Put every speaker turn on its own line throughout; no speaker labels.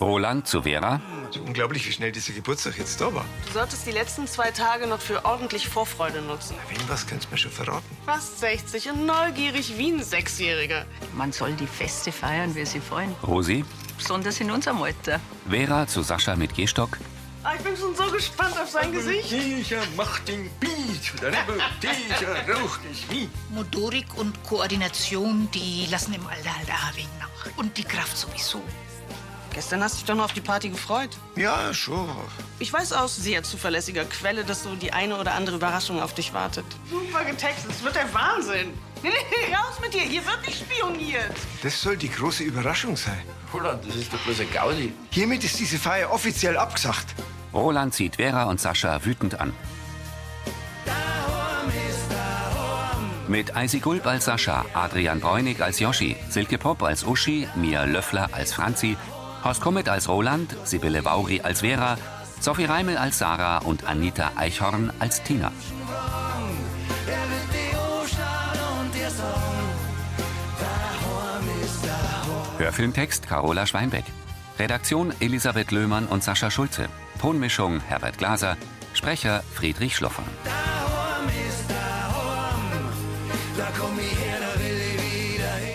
Roland zu Vera.
Unglaublich, wie schnell dieser Geburtstag jetzt da war.
Du solltest die letzten zwei Tage noch für ordentlich Vorfreude nutzen.
Wem was kannst du mir schon verraten?
Fast 60 und neugierig wie ein Sechsjähriger.
Man soll die Feste feiern, wie sie freuen.
Rosi.
Besonders in unserem Alter.
Vera zu Sascha mit Gehstock.
Ah, ich bin schon so gespannt auf sein Gesicht.
Tiger macht den Beat, der Tiger raucht es wie.
Motorik und Koordination, die lassen im Alter halt auch ein wenig nach. Und die Kraft sowieso.
Gestern hast du dich doch noch auf die Party gefreut.
Ja, schon.
Ich weiß aus sehr zuverlässiger Quelle, dass so die eine oder andere Überraschung auf dich wartet. Super getextet, es wird der Wahnsinn. Nee, nee, raus mit dir, hier wird nicht spioniert.
Das soll die große Überraschung sein.
Roland, das ist doch bloß ein Gaudi.
Hiermit ist diese Feier offiziell abgesagt.
Roland zieht Vera und Sascha wütend an. Mit Eisi Gulb als Sascha, Adrian Bräunig als Joschi, Silke Pop als Uschi, Mia Löffler als Franzi, Horst Komet als Roland, Sibylle Vauri als Vera, Sophie Reimel als Sarah und Anita Eichhorn als Tina. Hörfilmtext Carola Schweinbeck. Redaktion Elisabeth Löhmann und Sascha Schulze. Tonmischung Herbert Glaser. Sprecher Friedrich Schloffer.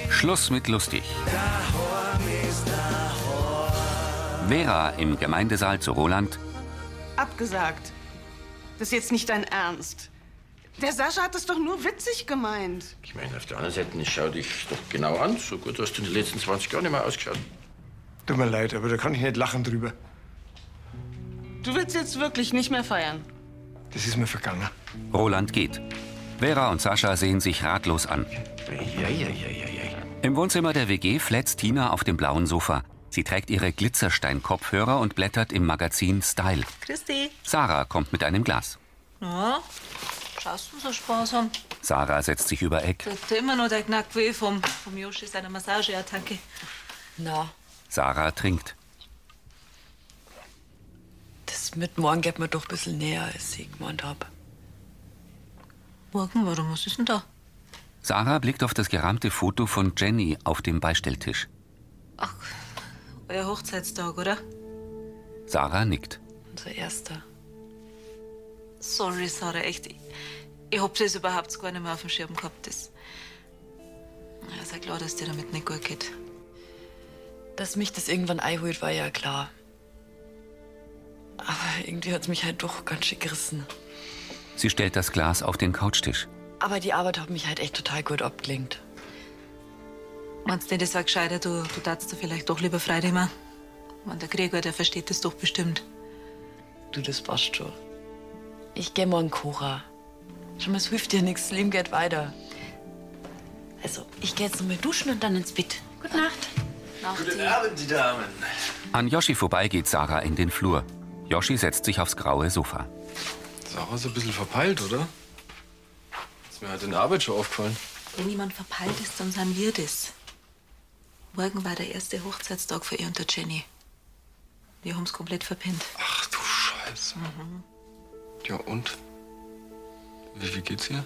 Schluss mit lustig. Vera im Gemeindesaal zu Roland.
Abgesagt. Das ist jetzt nicht dein Ernst. Der Sascha hat es doch nur witzig gemeint.
Ich meine, auf der anderen Seite, ich schau dich doch genau an. So gut hast du in den letzten 20 Jahren nicht mehr ausgeschaut.
Tut mir leid, aber da kann ich nicht lachen drüber.
Du willst jetzt wirklich nicht mehr feiern.
Das ist mir vergangen.
Roland geht. Vera und Sascha sehen sich ratlos an.
Eieieiei.
Im Wohnzimmer der WG flätzt Tina auf dem blauen Sofa. Sie trägt ihre Glitzerstein-Kopfhörer und blättert im Magazin Style.
Christi.
Sarah kommt mit einem Glas.
Na, schaust du so sparsam?
Sarah setzt sich über Eck.
Da hat immer noch der Knack weh vom, vom Joschi seiner Massage, ja, danke.
Na,
Sarah trinkt.
das mit morgen geht mir doch ein bisschen näher, als ich gemeint hab.
Morgen, warum, was ist denn da?
Sarah blickt auf das gerahmte Foto von Jenny auf dem Beistelltisch.
Ach, euer Hochzeitstag, oder?
Sarah nickt.
Unser erster.
Sorry, Sarah, echt. Ich, ich hab das überhaupt gar nicht mehr auf dem Schirm gehabt. Das. Ja, ist ja klar, dass dir damit nicht gut geht.
Dass mich das irgendwann einholt, war ja klar. Aber irgendwie hat's mich halt doch ganz schön gerissen.
Sie stellt das Glas auf den Couchtisch.
Aber die Arbeit hat mich halt echt total gut abgelenkt.
Meinst du nicht, das war gescheiter? Du, du darfst dir vielleicht doch lieber Freude machen. Man, der Gregor, der versteht das doch bestimmt.
Du, das passt schon. Ich geh morgen Cora. Schon mal, es hilft dir nichts. Das Leben geht weiter. Also, ich geh jetzt noch mal duschen und dann ins Bett. Gute Nacht.
Guten Abend, die Damen.
An Yoshi vorbei geht Sarah in den Flur. Yoshi setzt sich aufs graue Sofa.
Sarah ist ein bisschen verpeilt, oder? Ist mir halt in der Arbeit schon aufgefallen.
Wenn niemand verpeilt ist, dann sind wir das. Morgen war der erste Hochzeitstag für ihr und der Jenny. Wir haben's komplett verpennt. Mhm.
Ach du Scheiße. Ja, und? Wie viel geht's hier?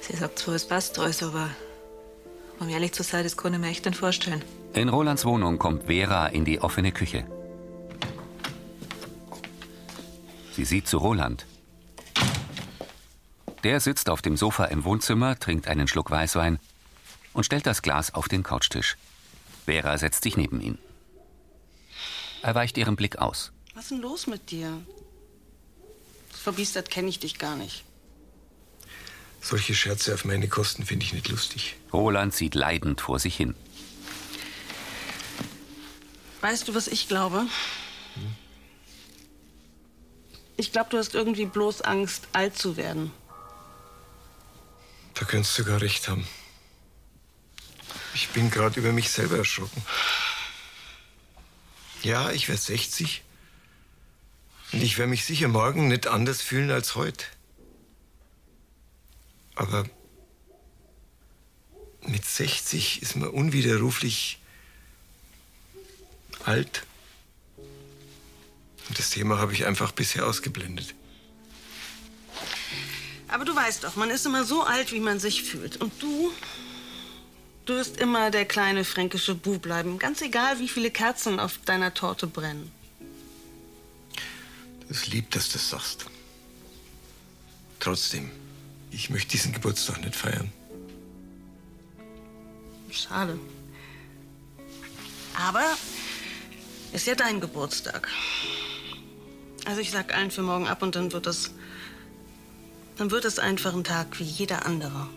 Sie sagt zwar, es passt alles, aber um ehrlich zu sein, das kann ich mir echt nicht vorstellen.
In Rolands Wohnung kommt Vera in die offene Küche. Sie sieht zu Roland. Der sitzt auf dem Sofa im Wohnzimmer, trinkt einen Schluck Weißwein und stellt das Glas auf den Couchtisch. Vera setzt sich neben ihn. Er weicht ihrem Blick aus.
Was ist denn los mit dir? So verbiestert kenne ich dich gar nicht.
Solche Scherze auf meine Kosten finde ich nicht lustig.
Roland sieht leidend vor sich hin.
Weißt du, was ich glaube? Ich glaube, du hast irgendwie bloß Angst, alt zu werden.
Da könntest du sogar recht haben. Ich bin gerade über mich selber erschrocken. Ja, ich werde 60. Und ich werde mich sicher morgen nicht anders fühlen als heute. Aber mit 60 ist man unwiderruflich alt. Und das Thema habe ich einfach bisher ausgeblendet.
Aber du weißt doch, man ist immer so alt, wie man sich fühlt. Und du, Du wirst immer der kleine fränkische Bu bleiben, ganz egal, wie viele Kerzen auf deiner Torte brennen.
Es ist lieb, dass du das sagst. Trotzdem, ich möchte diesen Geburtstag nicht feiern.
Schade. Aber ist ja dein Geburtstag. Also ich sag allen für morgen ab und dann wird das. Dann wird es einfach ein Tag wie jeder andere.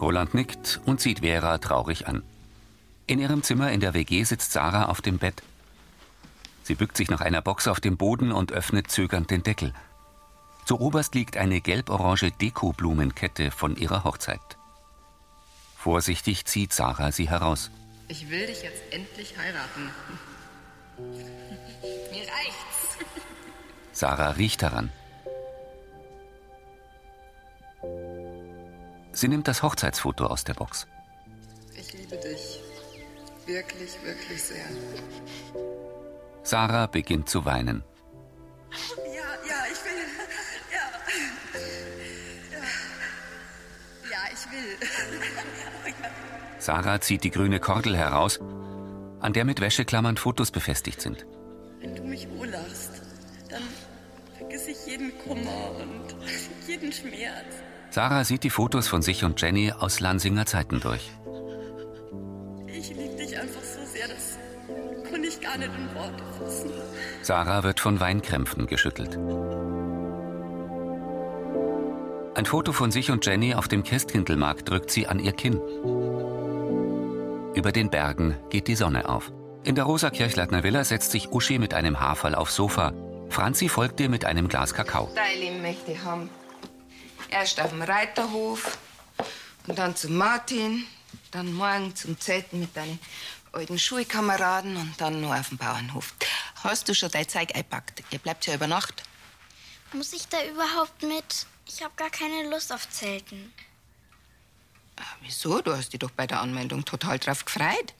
Roland nickt und sieht Vera traurig an. In ihrem Zimmer in der WG sitzt Sarah auf dem Bett. Sie bückt sich nach einer Box auf dem Boden und öffnet zögernd den Deckel. Zuoberst liegt eine gelb-orange Dekoblumenkette von ihrer Hochzeit. Vorsichtig zieht Sarah sie heraus.
Ich will dich jetzt endlich heiraten. Mir reicht's.
Sarah riecht daran. Sie nimmt das Hochzeitsfoto aus der Box.
Ich liebe dich. Wirklich, wirklich sehr.
Sarah beginnt zu weinen.
Ja, ja, ich will. Ja. Ja, ja ich will.
Sarah zieht die grüne Kordel heraus, an der mit Wäscheklammern Fotos befestigt sind.
Wenn du mich urlachst, dann vergiss ich jeden Kummer und jeden Schmerz.
Sarah sieht die Fotos von sich und Jenny aus Lansinger Zeiten durch.
Ich liebe dich einfach so sehr, das konnte ich gar nicht in Worte fassen.
Sarah wird von Weinkrämpfen geschüttelt. Ein Foto von sich und Jenny auf dem Christkindlmarkt drückt sie an ihr Kinn. Über den Bergen geht die Sonne auf. In der Rosa Kirchleitner Villa setzt sich Uschi mit einem Haferl aufs Sofa. Franzi folgt ihr mit einem Glas Kakao.
Teilin möchte ich haben. Erst auf dem Reiterhof und dann zu Martin, dann morgen zum Zelten mit deinen alten Schulkameraden und dann nur auf dem Bauernhof. Hast du schon dein Zeug eingepackt? Ihr bleibt ja über Nacht.
Muss ich da überhaupt mit? Ich habe gar keine Lust auf Zelten.
Wieso? Du hast dich doch bei der Anmeldung total drauf gefreut.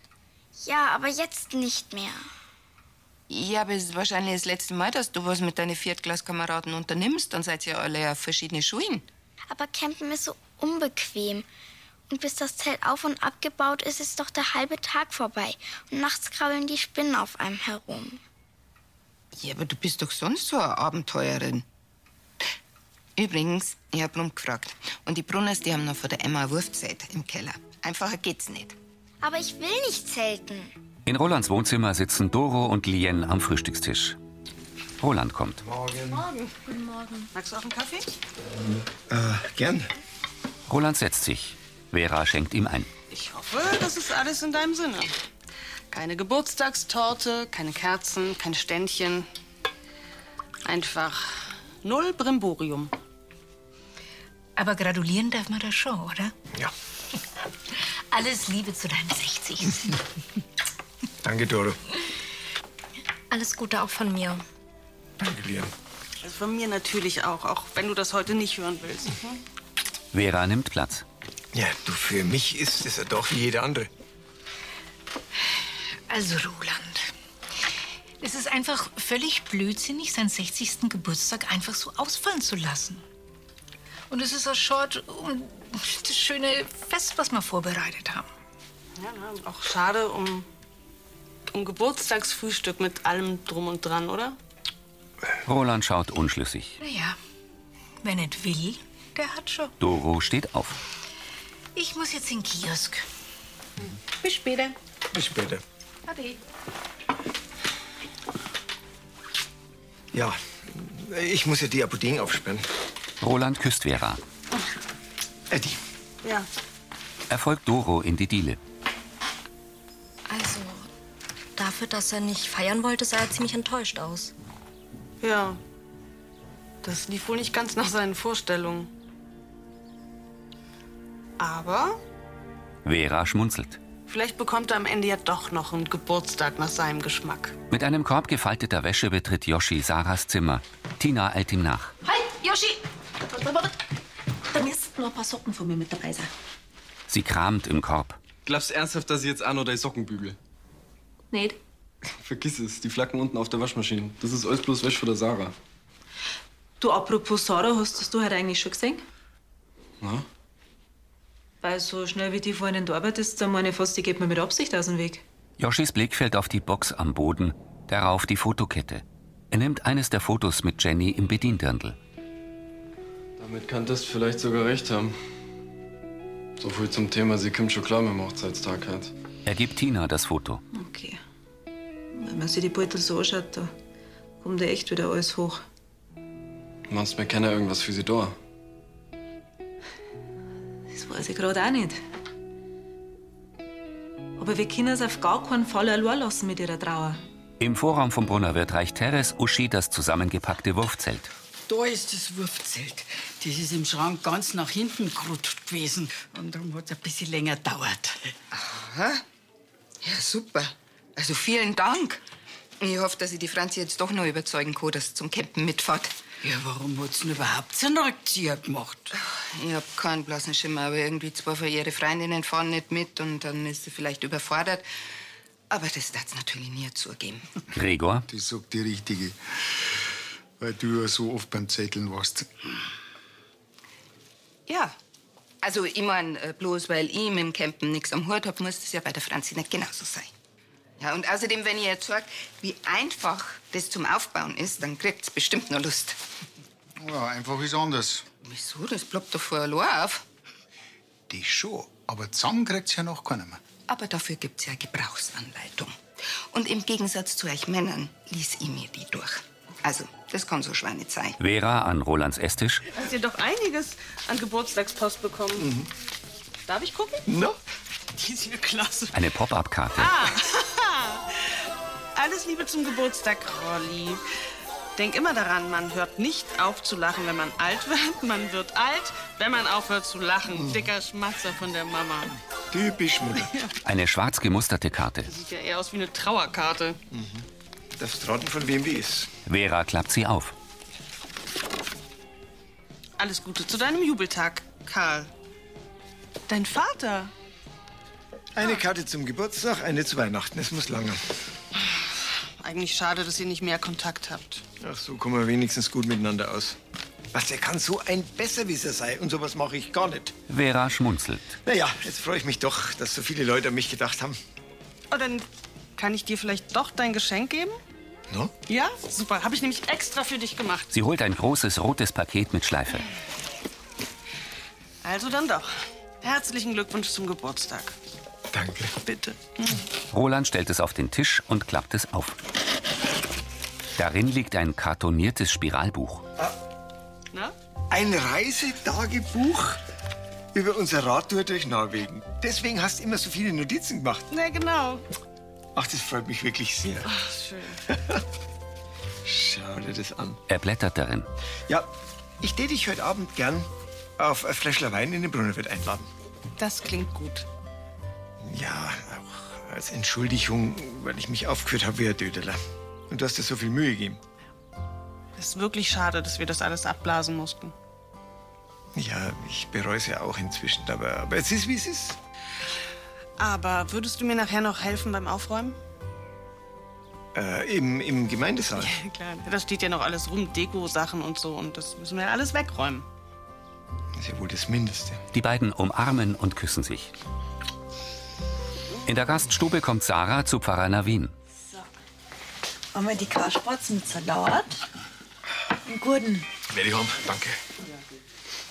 Ja, aber jetzt nicht mehr.
Ja, aber es ist wahrscheinlich das letzte Mal, dass du was mit deinen Viertklasskameraden unternimmst. Dann seid ihr alle auf verschiedene Schulen.
Aber Campen ist so unbequem. Und bis das Zelt auf und abgebaut ist, ist doch der halbe Tag vorbei. Und nachts krabbeln die Spinnen auf einem herum.
Ja, aber du bist doch sonst so eine Abenteuerin. Übrigens, ich hab rumgefragt. Und die Brunners, die haben noch von der Emma ein Wurfzelt im Keller. Einfacher geht's nicht.
Aber ich will nicht zelten.
In Rolands Wohnzimmer sitzen Doro und Lien am Frühstückstisch. Roland kommt.
Morgen.
Morgen. Guten Morgen. Magst du auch einen Kaffee?
Äh, gern.
Roland setzt sich. Vera schenkt ihm ein.
Ich hoffe, das ist alles in deinem Sinne. Keine Geburtstagstorte, keine Kerzen, kein Ständchen. Einfach null Brimborium.
Aber gratulieren darf man da schon, oder?
Ja.
Alles Liebe zu deinem 60.
Danke, Doro.
Alles Gute auch von mir.
Danke, Lien.
Also von mir natürlich auch, auch wenn du das heute nicht hören willst.
Mhm.
Vera nimmt Platz.
Ja, du, für mich ist es ja doch wie jeder andere.
Also, Roland. Es ist einfach völlig blödsinnig, seinen 60. Geburtstag einfach so ausfallen zu lassen. Und es ist ein Short und das schöne Fest, was wir vorbereitet haben.
Ja, na, auch schade um, um Geburtstagsfrühstück mit allem drum und dran, oder?
Roland schaut unschlüssig.
Naja, wer nicht will, der hat schon.
Doro steht auf.
Ich muss jetzt in den Kiosk.
Bis später.
Bis später.
Ade.
Ja, ich muss ja die Apotheken aufsperren.
Roland küsst Vera.
Eddie.
Ja.
Er folgt Doro in die Diele.
Also, dafür, dass er nicht feiern wollte, sah er ziemlich enttäuscht aus.
Ja. Das lief wohl nicht ganz nach seinen Vorstellungen. Aber
Vera schmunzelt.
vielleicht bekommt er am Ende ja doch noch einen Geburtstag nach seinem Geschmack.
Mit einem Korb gefalteter Wäsche betritt Yoshi Sarahs Zimmer. Tina eilt ihm nach.
Halt, Yoshi! Da müssten noch ein paar Socken von mir mit dabei sein.
Sie kramt im Korb.
Glaubst ernsthaft, dass ich jetzt auch noch deine Socken bügel?
Nicht?
Vergiss es, die flacken unten auf der Waschmaschine. Das ist alles bloß Wäsche von der Sarah.
Du, apropos Sarah, hast das du heute eigentlich schon gesehen?
Na?
Weil so schnell wie die vorhin da arbeitest, dann meine ich fast, die geht mir mit Absicht aus dem Weg.
Joschis Blick fällt auf die Box am Boden, darauf die Fotokette. Er nimmt eines der Fotos mit Jenny im Bediendirndl.
Damit kanntest vielleicht sogar recht haben. So viel zum Thema, sie kommt schon klar mit dem Hochzeitstag halt.
Er gibt Tina das Foto.
Okay. Wenn man sich die Beutel so anschaut, da kommt ja echt wieder alles hoch.
Meinst du, mir keiner irgendwas für sie da?
Das weiß ich gerade auch nicht. Aber wir können es auf gar keinen Fall allein lassen mit ihrer Trauer.
Im Vorraum vom Brunnerwirt reicht Teres Uschi das zusammengepackte Wurfzelt.
Da ist das Wurfzelt. Das ist im Schrank ganz nach hinten gerutscht gewesen. Und darum hat es ein bisschen länger gedauert.
Aha. Ja, super. Also vielen Dank. Ich hoffe, dass ich die Franzi jetzt doch noch überzeugen kann, dass sie zum Campen mitfahrt.
Ja, warum hat sie denn überhaupt so einen Rückzieher gemacht?
Ich hab keinen blassen Schimmer, aber irgendwie zwei von ihren Freundinnen fahren nicht mit und dann ist sie vielleicht überfordert. Aber das darf natürlich nie zugeben.
Gregor?
Das sagt die Richtige. Weil du ja so oft beim Zetteln warst.
Ja. Also, ich mein, äh, bloß weil ich mit dem Campen nichts am Hut hab, muss das ja bei der Franzi nicht genauso sein. Ja, und außerdem, wenn ihr jetzt sagt, wie einfach das zum Aufbauen ist, dann kriegt's bestimmt noch Lust.
Ja, einfach ist anders.
Wieso? Das bleibt doch vorher allein auf.
Die schon. Aber zusammen kriegt's ja noch keiner mehr.
Aber dafür gibt's ja eine Gebrauchsanleitung. Und im Gegensatz zu euch Männern ließ ich mir die durch. Also, das kann so schwer nicht sein.
Vera an Rolands Esstisch.
Hast ihr doch einiges an Geburtstagspost bekommen. Darf ich gucken?
No.
Die ist ja klasse.
Eine Pop-up-Karte.
Ah, alles Liebe zum Geburtstag, Rolli. Denk immer daran, man hört nicht auf zu lachen, wenn man alt wird. Man wird alt, wenn man aufhört zu
Mhm.
lachen. Dicker Schmatzer von der Mama.
Typisch Mutter.
Eine schwarz gemusterte Karte.
Sieht ja eher aus wie eine Trauerkarte.
Mhm. Darfst raten, von wem die ist?
Vera klappt sie auf.
Alles Gute zu deinem Jubeltag, Karl. Dein Vater.
Eine Karte zum Geburtstag, eine zu Weihnachten. Es muss lange.
Eigentlich schade, dass ihr nicht mehr Kontakt habt.
Ach, so kommen wir wenigstens gut miteinander aus. Was, der kann so ein Besserwisser sein und sowas mache ich gar nicht.
Vera schmunzelt.
Naja, jetzt freue ich mich doch, dass so viele Leute an mich gedacht haben.
Oh, dann kann ich dir vielleicht doch dein Geschenk geben?
No?
Ja? Super. Habe ich nämlich extra für dich gemacht.
Sie holt ein großes rotes Paket mit Schleife.
Also dann doch. Herzlichen Glückwunsch zum Geburtstag.
Danke.
Bitte.
Roland stellt es auf den Tisch und klappt es auf. Darin liegt ein kartoniertes Spiralbuch.
Ein Reisetagebuch über unsere Radtour durch Norwegen. Deswegen hast du immer so viele Notizen gemacht.
Na genau.
Ach, das freut mich wirklich sehr.
Ach, schön.
Schau dir das an.
Er blättert darin.
Ja, ich tät dich heute Abend gern auf ein Fläschler Wein in den Brunnerwirt einladen.
Das klingt gut.
Ja, auch als Entschuldigung, weil ich mich aufgeführt habe wie ein Dödeler. Und du hast dir so viel Mühe gegeben.
Ist wirklich schade, dass wir das alles abblasen mussten.
Ja, ich bereue es ja auch inzwischen, aber, aber es ist, wie es ist.
Aber würdest du mir nachher noch helfen beim Aufräumen?
Äh, im, Im Gemeindesaal.
Klar. Da steht ja noch alles rum, Deko-Sachen und so. Und das müssen wir ja alles wegräumen.
Ist ja wohl das Mindeste.
Die beiden umarmen und küssen sich. In der Gaststube kommt Sarah zu Pfarrer Navin.
Einmal die Kasperzen zerlauert. Einen guten.
Werde ich haben, danke.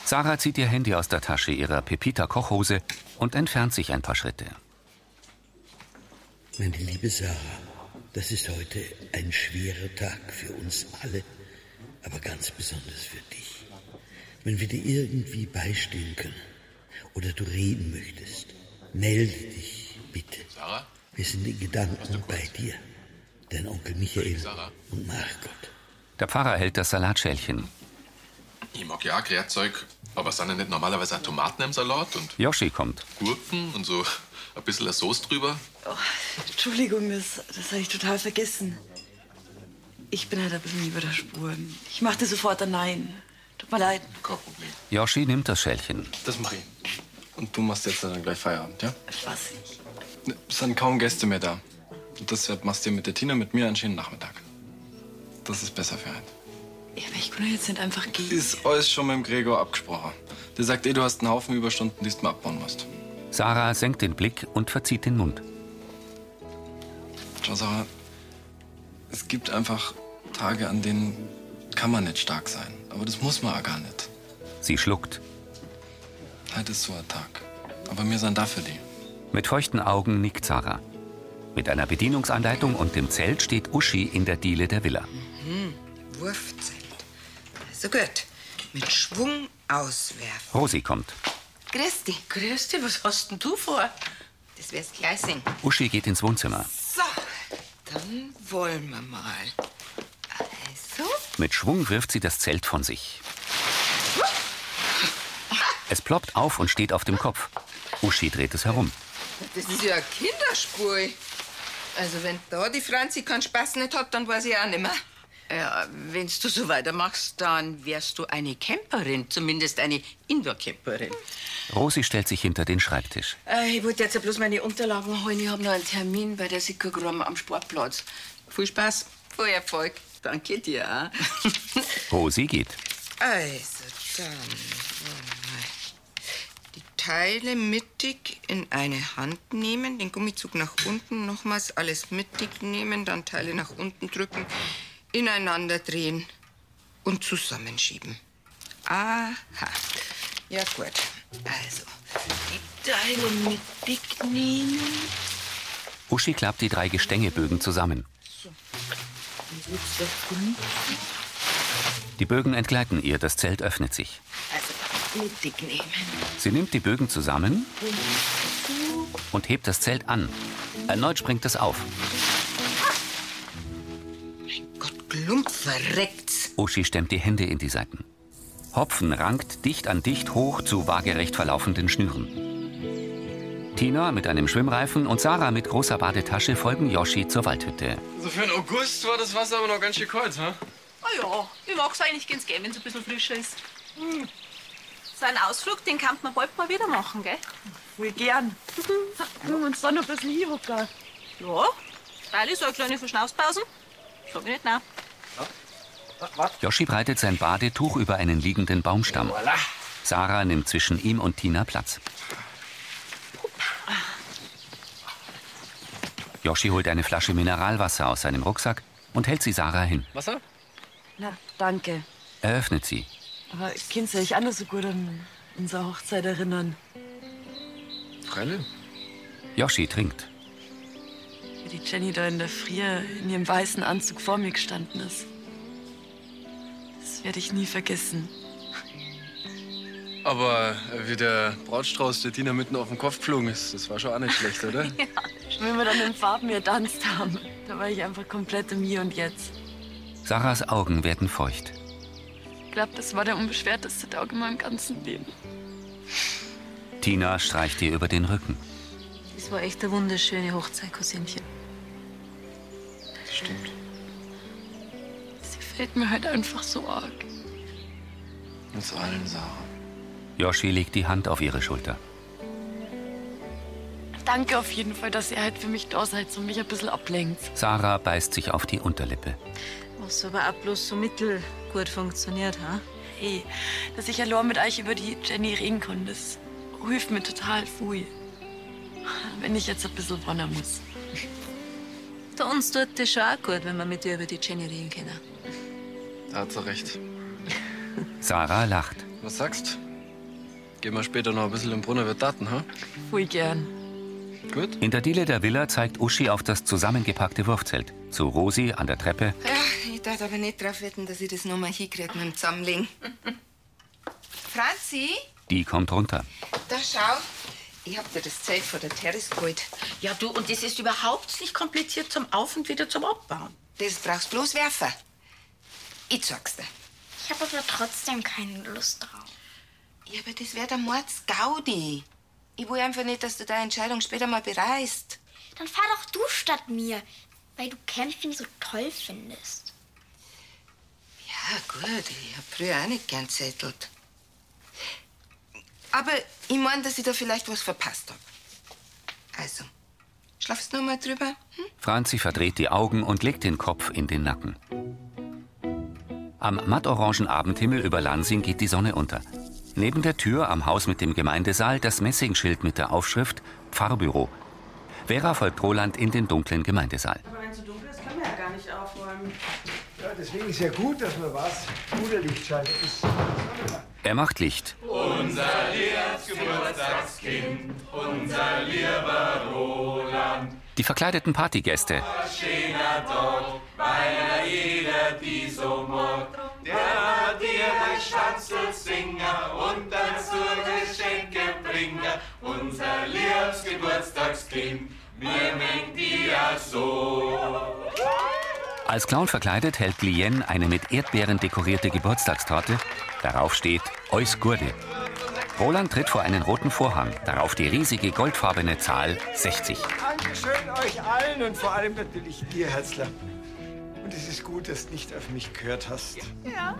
Sarah zieht ihr Handy aus der Tasche ihrer Pepita-Kochhose und entfernt sich ein paar Schritte.
Meine liebe Sarah, das ist heute ein schwerer Tag für uns alle, aber ganz besonders für dich. Wenn wir dir irgendwie beistehen können oder du reden möchtest, melde dich bitte.
Sarah?
Wir sind in Gedanken bei dir. Dein Onkel Michael
Sarah?
und Margot.
Der Pfarrer hält das Salatschälchen.
Ich mag ja auch Grärzeug, aber sind ja nicht normalerweise auch Tomaten im Salat und
Yoshi kommt.
Gurken und so ein bisschen eine Soße drüber?
Entschuldigung, das, das habe ich total vergessen. Ich bin halt ein bisschen über der Spur. Ich machte sofort ein Nein. Tut mir leid.
Yoshi nimmt das Schälchen.
Das mache ich. Und du machst jetzt dann gleich Feierabend, ja?
Was?
Ne, Es sind kaum Gäste mehr da. Und deshalb machst du mit der Tina mit mir einen schönen Nachmittag. Das ist besser für einen.
Ja, aber ich kann doch jetzt nicht einfach gehen.
Ist alles schon mit dem Gregor abgesprochen. Der sagt eh, du hast einen Haufen Überstunden, die du mal abbauen musst.
Sarah senkt den Blick und verzieht den Mund.
Schau, Sarah, es gibt einfach Tage, an denen kann man nicht stark sein. Aber das muss man auch gar nicht.
Sie schluckt.
Heute ist so ein Tag. Aber wir sind da für die.
Mit feuchten Augen nickt Sarah. Mit einer Bedienungsanleitung und dem Zelt steht Uschi in der Diele der Villa.
Hm, Wurfzelt. Also gut. Mit Schwung auswerfen.
Rosi kommt.
Grüß dich. Grüß dich, was hast denn du vor? Das wär's gleich sehen.
Uschi geht ins Wohnzimmer.
So, dann wollen wir mal. Also,
Mit Schwung wirft sie das Zelt von sich. Es ploppt auf und steht auf dem Kopf. Uschi dreht es herum.
das ist ja ein Kinderspiel. Also, wenn da die Franzi keinen Spaß nicht hat, dann weiß ich auch nicht mehr.
Ja, wenn du so weitermachst, dann wärst du eine Camperin, zumindest eine Indoor-Camperin.
Rosi stellt sich hinter den Schreibtisch.
Äh, ich wollte jetzt ja bloß meine Unterlagen holen. Ich habe noch einen Termin bei der Sikogram am Sportplatz. Viel Spaß, viel Erfolg. Danke dir. auch.
Rosi geht.
Also, dann wollen wir die Teile mittig in eine Hand nehmen, den Gummizug nach unten, nochmals alles mittig nehmen, dann Teile nach unten drücken, ineinander drehen und zusammenschieben. Aha. Ja, gut. Also, die Teile mittig nehmen.
Uschi klappt die drei Gestängebögen zusammen. Die Bögen entgleiten ihr, das Zelt öffnet sich.
Also, Mittig nehmen.
Sie nimmt die Bögen zusammen und hebt das Zelt an. Erneut springt es auf.
Klump verreckt's.
Uschi stemmt die Hände in die Seiten. Hopfen rankt dicht an dicht hoch zu waagerecht verlaufenden Schnüren. Tina mit einem Schwimmreifen und Sarah mit großer Badetasche folgen Yoshi zur Waldhütte.
Also für den August war das Wasser aber noch ganz schön kalt, ne?
Ah ja, ich mag's eigentlich ganz gern, wenn's ein bisschen frischer ist.
Hm. So einen Ausflug, den kann man bald mal wieder machen, gell?
Wohl gern.
Wollen wir uns da noch ein bisschen hinhocken? Ja, freilich so eine kleine Verschnaufspause. Sag ich nicht nein.
Yoshi breitet sein Badetuch über einen liegenden Baumstamm. Sarah nimmt zwischen ihm und Tina Platz. Yoshi holt eine Flasche Mineralwasser aus seinem Rucksack und hält sie Sarah hin.
Wasser?
Na, danke.
Er öffnet sie.
Aber könnt ihr euch auch noch so gut an unsere Hochzeit erinnern?
Freilich.
Yoshi trinkt.
Wie die Jenny da in der Frier in ihrem weißen Anzug vor mir gestanden ist. Das werde ich nie vergessen.
Aber äh, wie der Brautstrauß der Tina mitten auf den Kopf geflogen ist, das war schon auch nicht schlecht, oder?
Wenn wir dann im Farbmeer tanzt haben, da war ich einfach komplett im Hier und Jetzt.
Sarahs Augen werden feucht.
Ich glaube, das war der unbeschwerteste Tag in meinem ganzen Leben.
Tina streicht ihr über den Rücken.
Das war echt eine wunderschöne Hochzeit, Cousinchen.
Stimmt.
Sie fällt mir halt einfach so arg.
Uns allen, Sarah.
Yoshi legt die Hand auf ihre Schulter.
Danke auf jeden Fall, dass ihr halt für mich da seid und mich ein bisschen ablenkt.
Sarah beißt sich auf die Unterlippe.
Was aber auch bloß so mittelgut funktioniert, ha? Hey, dass ich allein mit euch über die Jenny reden konnte, das hilft mir total viel. Wenn ich jetzt ein bisschen wandern muss. Da uns tut das schon auch gut, wenn wir mit dir über die Jenny reden können.
Da hat sie recht.
Sarah lacht.
Was sagst? Gehen wir später noch ein bisschen im Brunnen mit Daten, ha?
Voll gern.
Gut.
In der Diele der Villa zeigt Uschi auf das zusammengepackte Wurfzelt. Zu Rosi an der Treppe.
Ja, ich darf aber nicht drauf wetten, dass ich das nochmal hinkriege mit dem Zusammenlegen. Franzi,
Die kommt runter.
da schau. Ich hab dir das Zelt von der Terrace geholt.
Ja, du, und das ist überhaupt nicht kompliziert zum Auf- und wieder zum Abbauen.
Das brauchst bloß werfen. Ich zeig's dir.
Ich habe aber trotzdem keine Lust drauf.
Ja, aber das wäre der Mordsgaudi. Ich will einfach nicht, dass du deine Entscheidung später mal bereist.
Dann fahr doch du statt mir, weil du Camping so toll findest.
Ja, Ah, gut, ich hab früher auch nicht gern zettelt. Aber ich mein, dass ich da vielleicht was verpasst hab. Also, schlafst du noch mal drüber?
Franzi verdreht die Augen und legt den Kopf in den Nacken. Am mattorangen Abendhimmel über Lansing geht die Sonne unter. Neben der Tür am Haus mit dem Gemeindesaal das Messingschild mit der Aufschrift Pfarrbüro. Vera folgt Roland in den dunklen Gemeindesaal.
Aber wenn es so dunkel ist, können wir ja gar nicht aufräumen.
Ja, deswegen ist ja gut, dass man was guter Lichtschalter ist.
Er macht Licht.
Unser liebes Geburtstagskind, unser lieber Roland,
Die verkleideten Partygäste.
ein schöner Tag, weil er jeder die so mag. Der hat dir ein Stanzelsinger und dann zu Geschenkebringer, unser liebes Geburtstagskind, wir mengen dir so.
Als Clown verkleidet hält Lien eine mit Erdbeeren dekorierte Geburtstagstorte. Darauf steht Eus Gurde. Roland tritt vor einen roten Vorhang. Darauf die riesige goldfarbene Zahl 60.
Dankeschön euch allen und vor allem natürlich dir, Herzler. Und es ist gut, dass du nicht auf mich gehört hast.
Ja.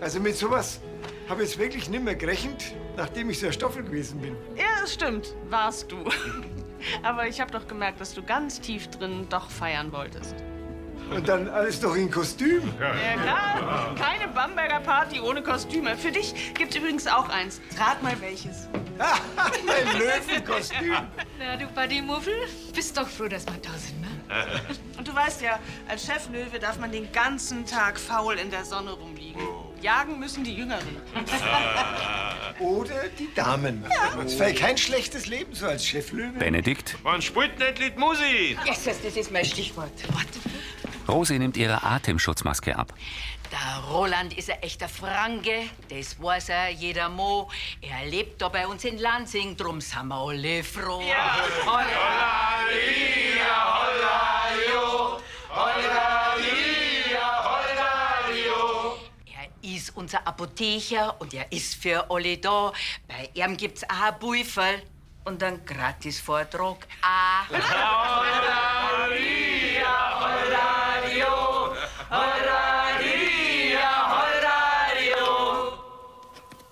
Also mit sowas habe ich jetzt wirklich nimmer gerechnet, nachdem ich so ein Stoffel gewesen bin.
Ja, das stimmt. Warst du. Aber ich habe doch gemerkt, dass du ganz tief drin doch feiern wolltest.
Und dann alles noch in Kostüm.
Ja, klar. Keine Bamberger Party ohne Kostüme. Für dich gibt's übrigens auch eins. Rat mal welches.
Ein Löwenkostüm.
Na, du Buddy-Muffel, bist doch froh, dass wir da sind, ne?
Und du weißt ja, als Cheflöwe darf man den ganzen Tag faul in der Sonne rumliegen. Jagen müssen die Jüngeren.
Oder Oh, die Damen.
Ja.
Es wäre kein schlechtes Leben so als Cheflöwe.
Benedikt.
Man spielt nicht Lied Musik.
Yes, yes, das ist mein Stichwort.
Rose nimmt ihre Atemschutzmaske ab.
Der Roland ist ein echter Franke, das weiß er, jeder Mo. Er lebt da bei uns in Lansing, drum sind wir alle froh.
Ja.
Holla,
Ria, holla, jo. Holla, Ria, holla, jo.
Ist unser Apotheker und er ist für alle da. Bei ihm gibt's auch ein Beifall und einen Gratisvortrag. Ah.
Holla, Ria, holla, jo. Holla, Ria, holla, jo.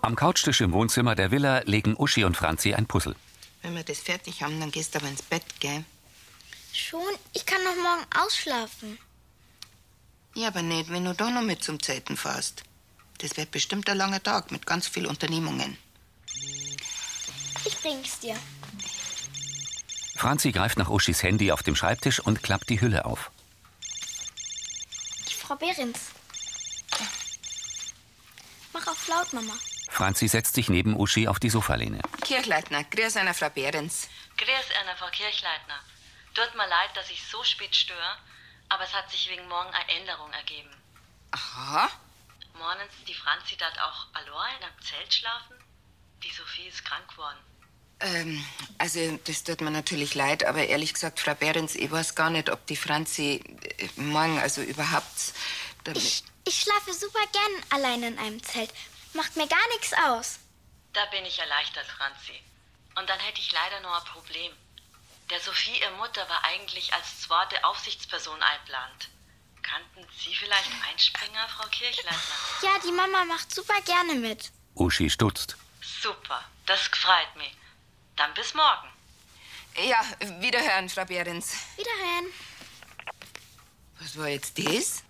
Am Couchtisch im Wohnzimmer der Villa legen Uschi und Franzi ein Puzzle.
Wenn wir das fertig haben, dann gehst du aber ins Bett, gell?
Schon? Ich kann noch morgen ausschlafen.
Ja, aber nicht, wenn du da noch mit zum Zelten fährst. Das wird bestimmt ein langer Tag mit ganz viel Unternehmungen.
Ich bring's dir.
Franzi greift nach Uschis Handy auf dem Schreibtisch und klappt die Hülle auf.
Die Frau Behrens. Mach auf laut, Mama.
Franzi setzt sich neben Uschi auf die Sofalehne.
Kirchleitner, grüß einer Frau Behrens.
Grüß Anna, Frau Kirchleitner. Tut mir leid, dass ich so spät störe, aber es hat sich wegen morgen eine Änderung ergeben.
Aha.
Morgens, die Franzi dat auch allein in einem Zelt schlafen. Die Sophie ist krank geworden.
Ähm, also, das tut mir natürlich leid, aber ehrlich gesagt, Frau Behrens, ich weiß gar nicht, ob die Franzi äh, morgen, also überhaupt.
Ich, ich schlafe super gern allein in einem Zelt. Macht mir gar nichts aus.
Da bin ich erleichtert, Franzi. Und dann hätte ich leider noch ein Problem. Der Sophie, ihr Mutter, war eigentlich als zweite Aufsichtsperson einplant. Kannten Sie vielleicht Einspringer, Frau Kirchleitner?
Ja, die Mama macht super gerne mit.
Uschi stutzt.
Super, das gefreut mich. Dann bis morgen.
Ja, wiederhören, Frau Behrens.
Wiederhören.
Was war jetzt das?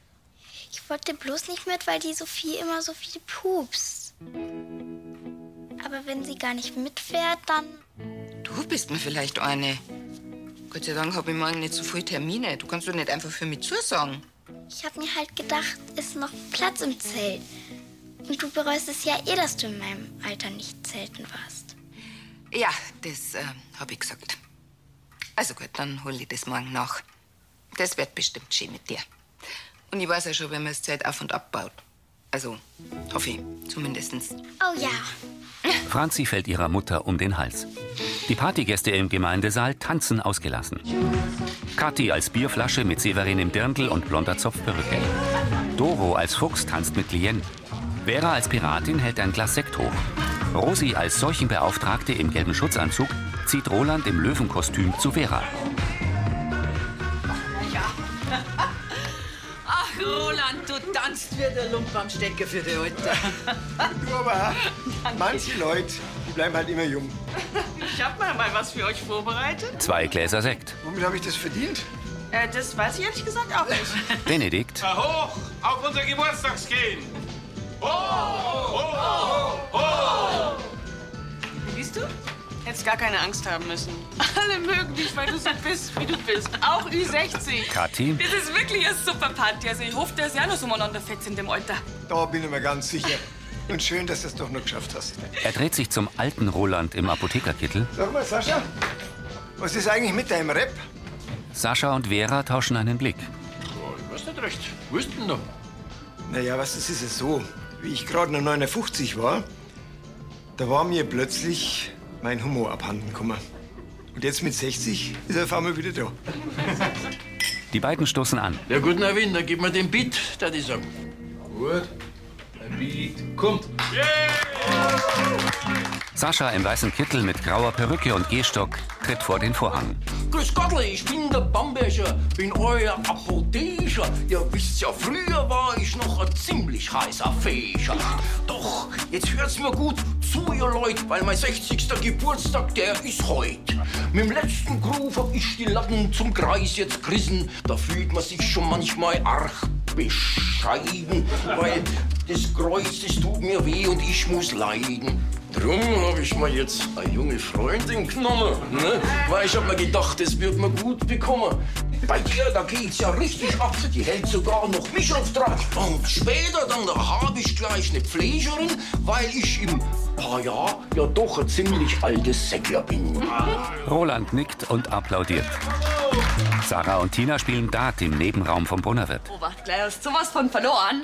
Ich wollte bloß nicht mit, weil die Sophie immer so viel pupst. Aber wenn sie gar nicht mitfährt, dann.
Du bist mir vielleicht eine. Gott sei Dank habe ich morgen nicht so viele Termine. Du kannst doch nicht einfach für mich zusagen.
Ich hab mir halt gedacht, ist noch Platz im Zelt. Und du bereust es ja eh, dass du in meinem Alter nicht zelten warst.
Ja, das äh, habe ich gesagt. Also gut, dann hol ich das morgen nach. Das wird bestimmt schön mit dir. Und ich weiß ja schon, wenn man das Zelt auf und abbaut. Also, hoffe ich, zumindestens.
Oh ja.
Franzi fällt ihrer Mutter um den Hals. Die Partygäste im Gemeindesaal tanzen ausgelassen. Kathi als Bierflasche mit Severin im Dirndl und blonder Zopfperücke. Doro als Fuchs tanzt mit Lien. Vera als Piratin hält ein Glas Sekt hoch. Rosi als Seuchenbeauftragte im gelben Schutzanzug zieht Roland im Löwenkostüm zu Vera.
Ach, Roland, du tanzt wie der Lump am Stecker für die Alte.
Du aber, manche Leute, die bleiben halt immer jung.
Ich habe mal was für euch vorbereitet.
Zwei Gläser Sekt.
Womit habe ich das verdient?
Äh, das weiß ich ehrlich gesagt auch nicht.
Benedikt,
Hoch auf unser Geburtstagskind! Oh, Hoch, hoch, hoch, hoch!
Siehst du? Hättest gar keine Angst haben müssen. Alle mögen dich, weil du so bist, wie du bist. Auch Ü60.
Kathi,
Das ist wirklich eine super Party. Also ich hoffe, dass ihr auch noch so umeinander fetzt in dem Alter.
Da bin ich mir ganz sicher. Und schön, dass du es doch noch geschafft hast.
er dreht sich zum alten Roland im Apothekerkittel.
Sag mal, Sascha, was ist eigentlich mit deinem Rap?
Sascha und Vera tauschen einen Blick.
Oh, Ich weiß nicht recht. Wo ist denn da? Naja, was, es ist ja so. Wie ich gerade noch 59 war, da war mir plötzlich mein Humor abhanden gekommen. Und jetzt mit 60 ist er auf einmal wieder da.
Die beiden stoßen an.
Ja gut, Navin, dann gib mir den Beat, da ich sagen. Gut, ein Beat kommt.
Sascha im weißen Kittel mit grauer Perücke und Gehstock tritt vor den Vorhang.
Grüß Gottle, ich bin der Bamberger, bin euer Apotheker. Ihr wisst ja, früher war ich noch ein ziemlich heißer Fächer. Doch, jetzt hört's mir gut zu, ihr Leute, weil mein 60. Geburtstag, der ist heut. Mit dem letzten Groove hab ich die Latten zum Kreis jetzt gerissen. Da fühlt man sich schon manchmal arg bescheiden, weil das Kreuz, das tut mir weh und ich muss leiden. Drum habe ich mir jetzt eine junge Freundin genommen, ne? weil ich hab mir gedacht, das wird mir gut bekommen. Bei dir, da geht's ja richtig ab, die hält sogar noch mich auf Draht. Und später dann, da hab ich gleich eine Pflegerin, weil ich im paar Jahr ja doch ein ziemlich altes Säckler bin.
Roland nickt und applaudiert. Sarah und Tina spielen Dart im Nebenraum vom Brunnerwirt.
Oh, warte, gleich hast du sowas von verloren.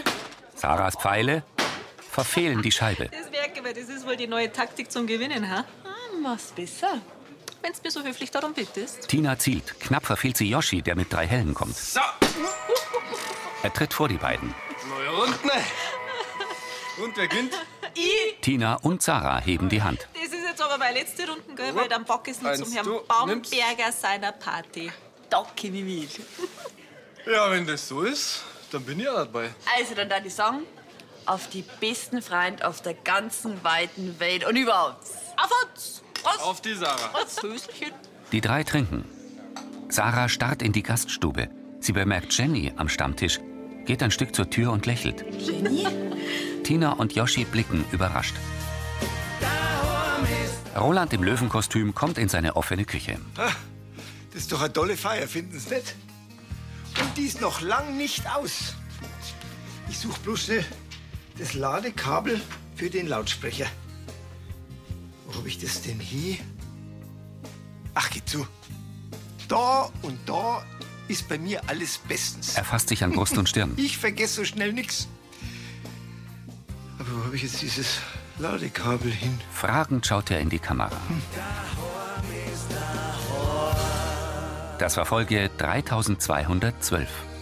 Sarahs Pfeile verfehlen die Scheibe.
Das merke ich, das ist wohl die neue Taktik zum Gewinnen, ha? Ah, mach's besser. Wenn's mir so höflich darum bittest.
Tina zielt. Knapp verfehlt sie Yoshi, der mit drei Hellen kommt.
So!
Er tritt vor die beiden.
Na ja, und ne?
Und wer gewinnt?
Ich!
Tina und Sarah heben die Hand.
Das ist jetzt aber meine letzte Runde, gell? Weil dann pack ich's noch
Eins,
zum Herrn
du
Baumberger seiner Party. Danke, wie mit.
Ja, wenn das so ist, dann bin ich auch dabei.
Also, dann darf ich sagen, auf die besten Freund auf der ganzen weiten Welt und überhaupt. Auf uns!
Auf die Sarah.
Als Höschen.
Die drei trinken. Sarah starrt in die Gaststube. Sie bemerkt Jenny am Stammtisch, geht ein Stück zur Tür und lächelt.
Jenny?
Tina und Yoshi blicken überrascht. Roland im Löwenkostüm kommt in seine offene Küche.
Ah, Das ist doch eine tolle Feier, finden Sie nicht? Und die ist noch lang nicht aus. Ich suche bloß schnell das Ladekabel für den Lautsprecher. Wo habe ich das denn hier? Ach, geh zu. Da und da ist bei mir alles bestens.
Er fasst sich an Brust und Stirn.
Ich vergesse so schnell nichts. Aber wo habe ich jetzt dieses Ladekabel hin?
Fragend schaut er in die Kamera. Das war Folge 3212.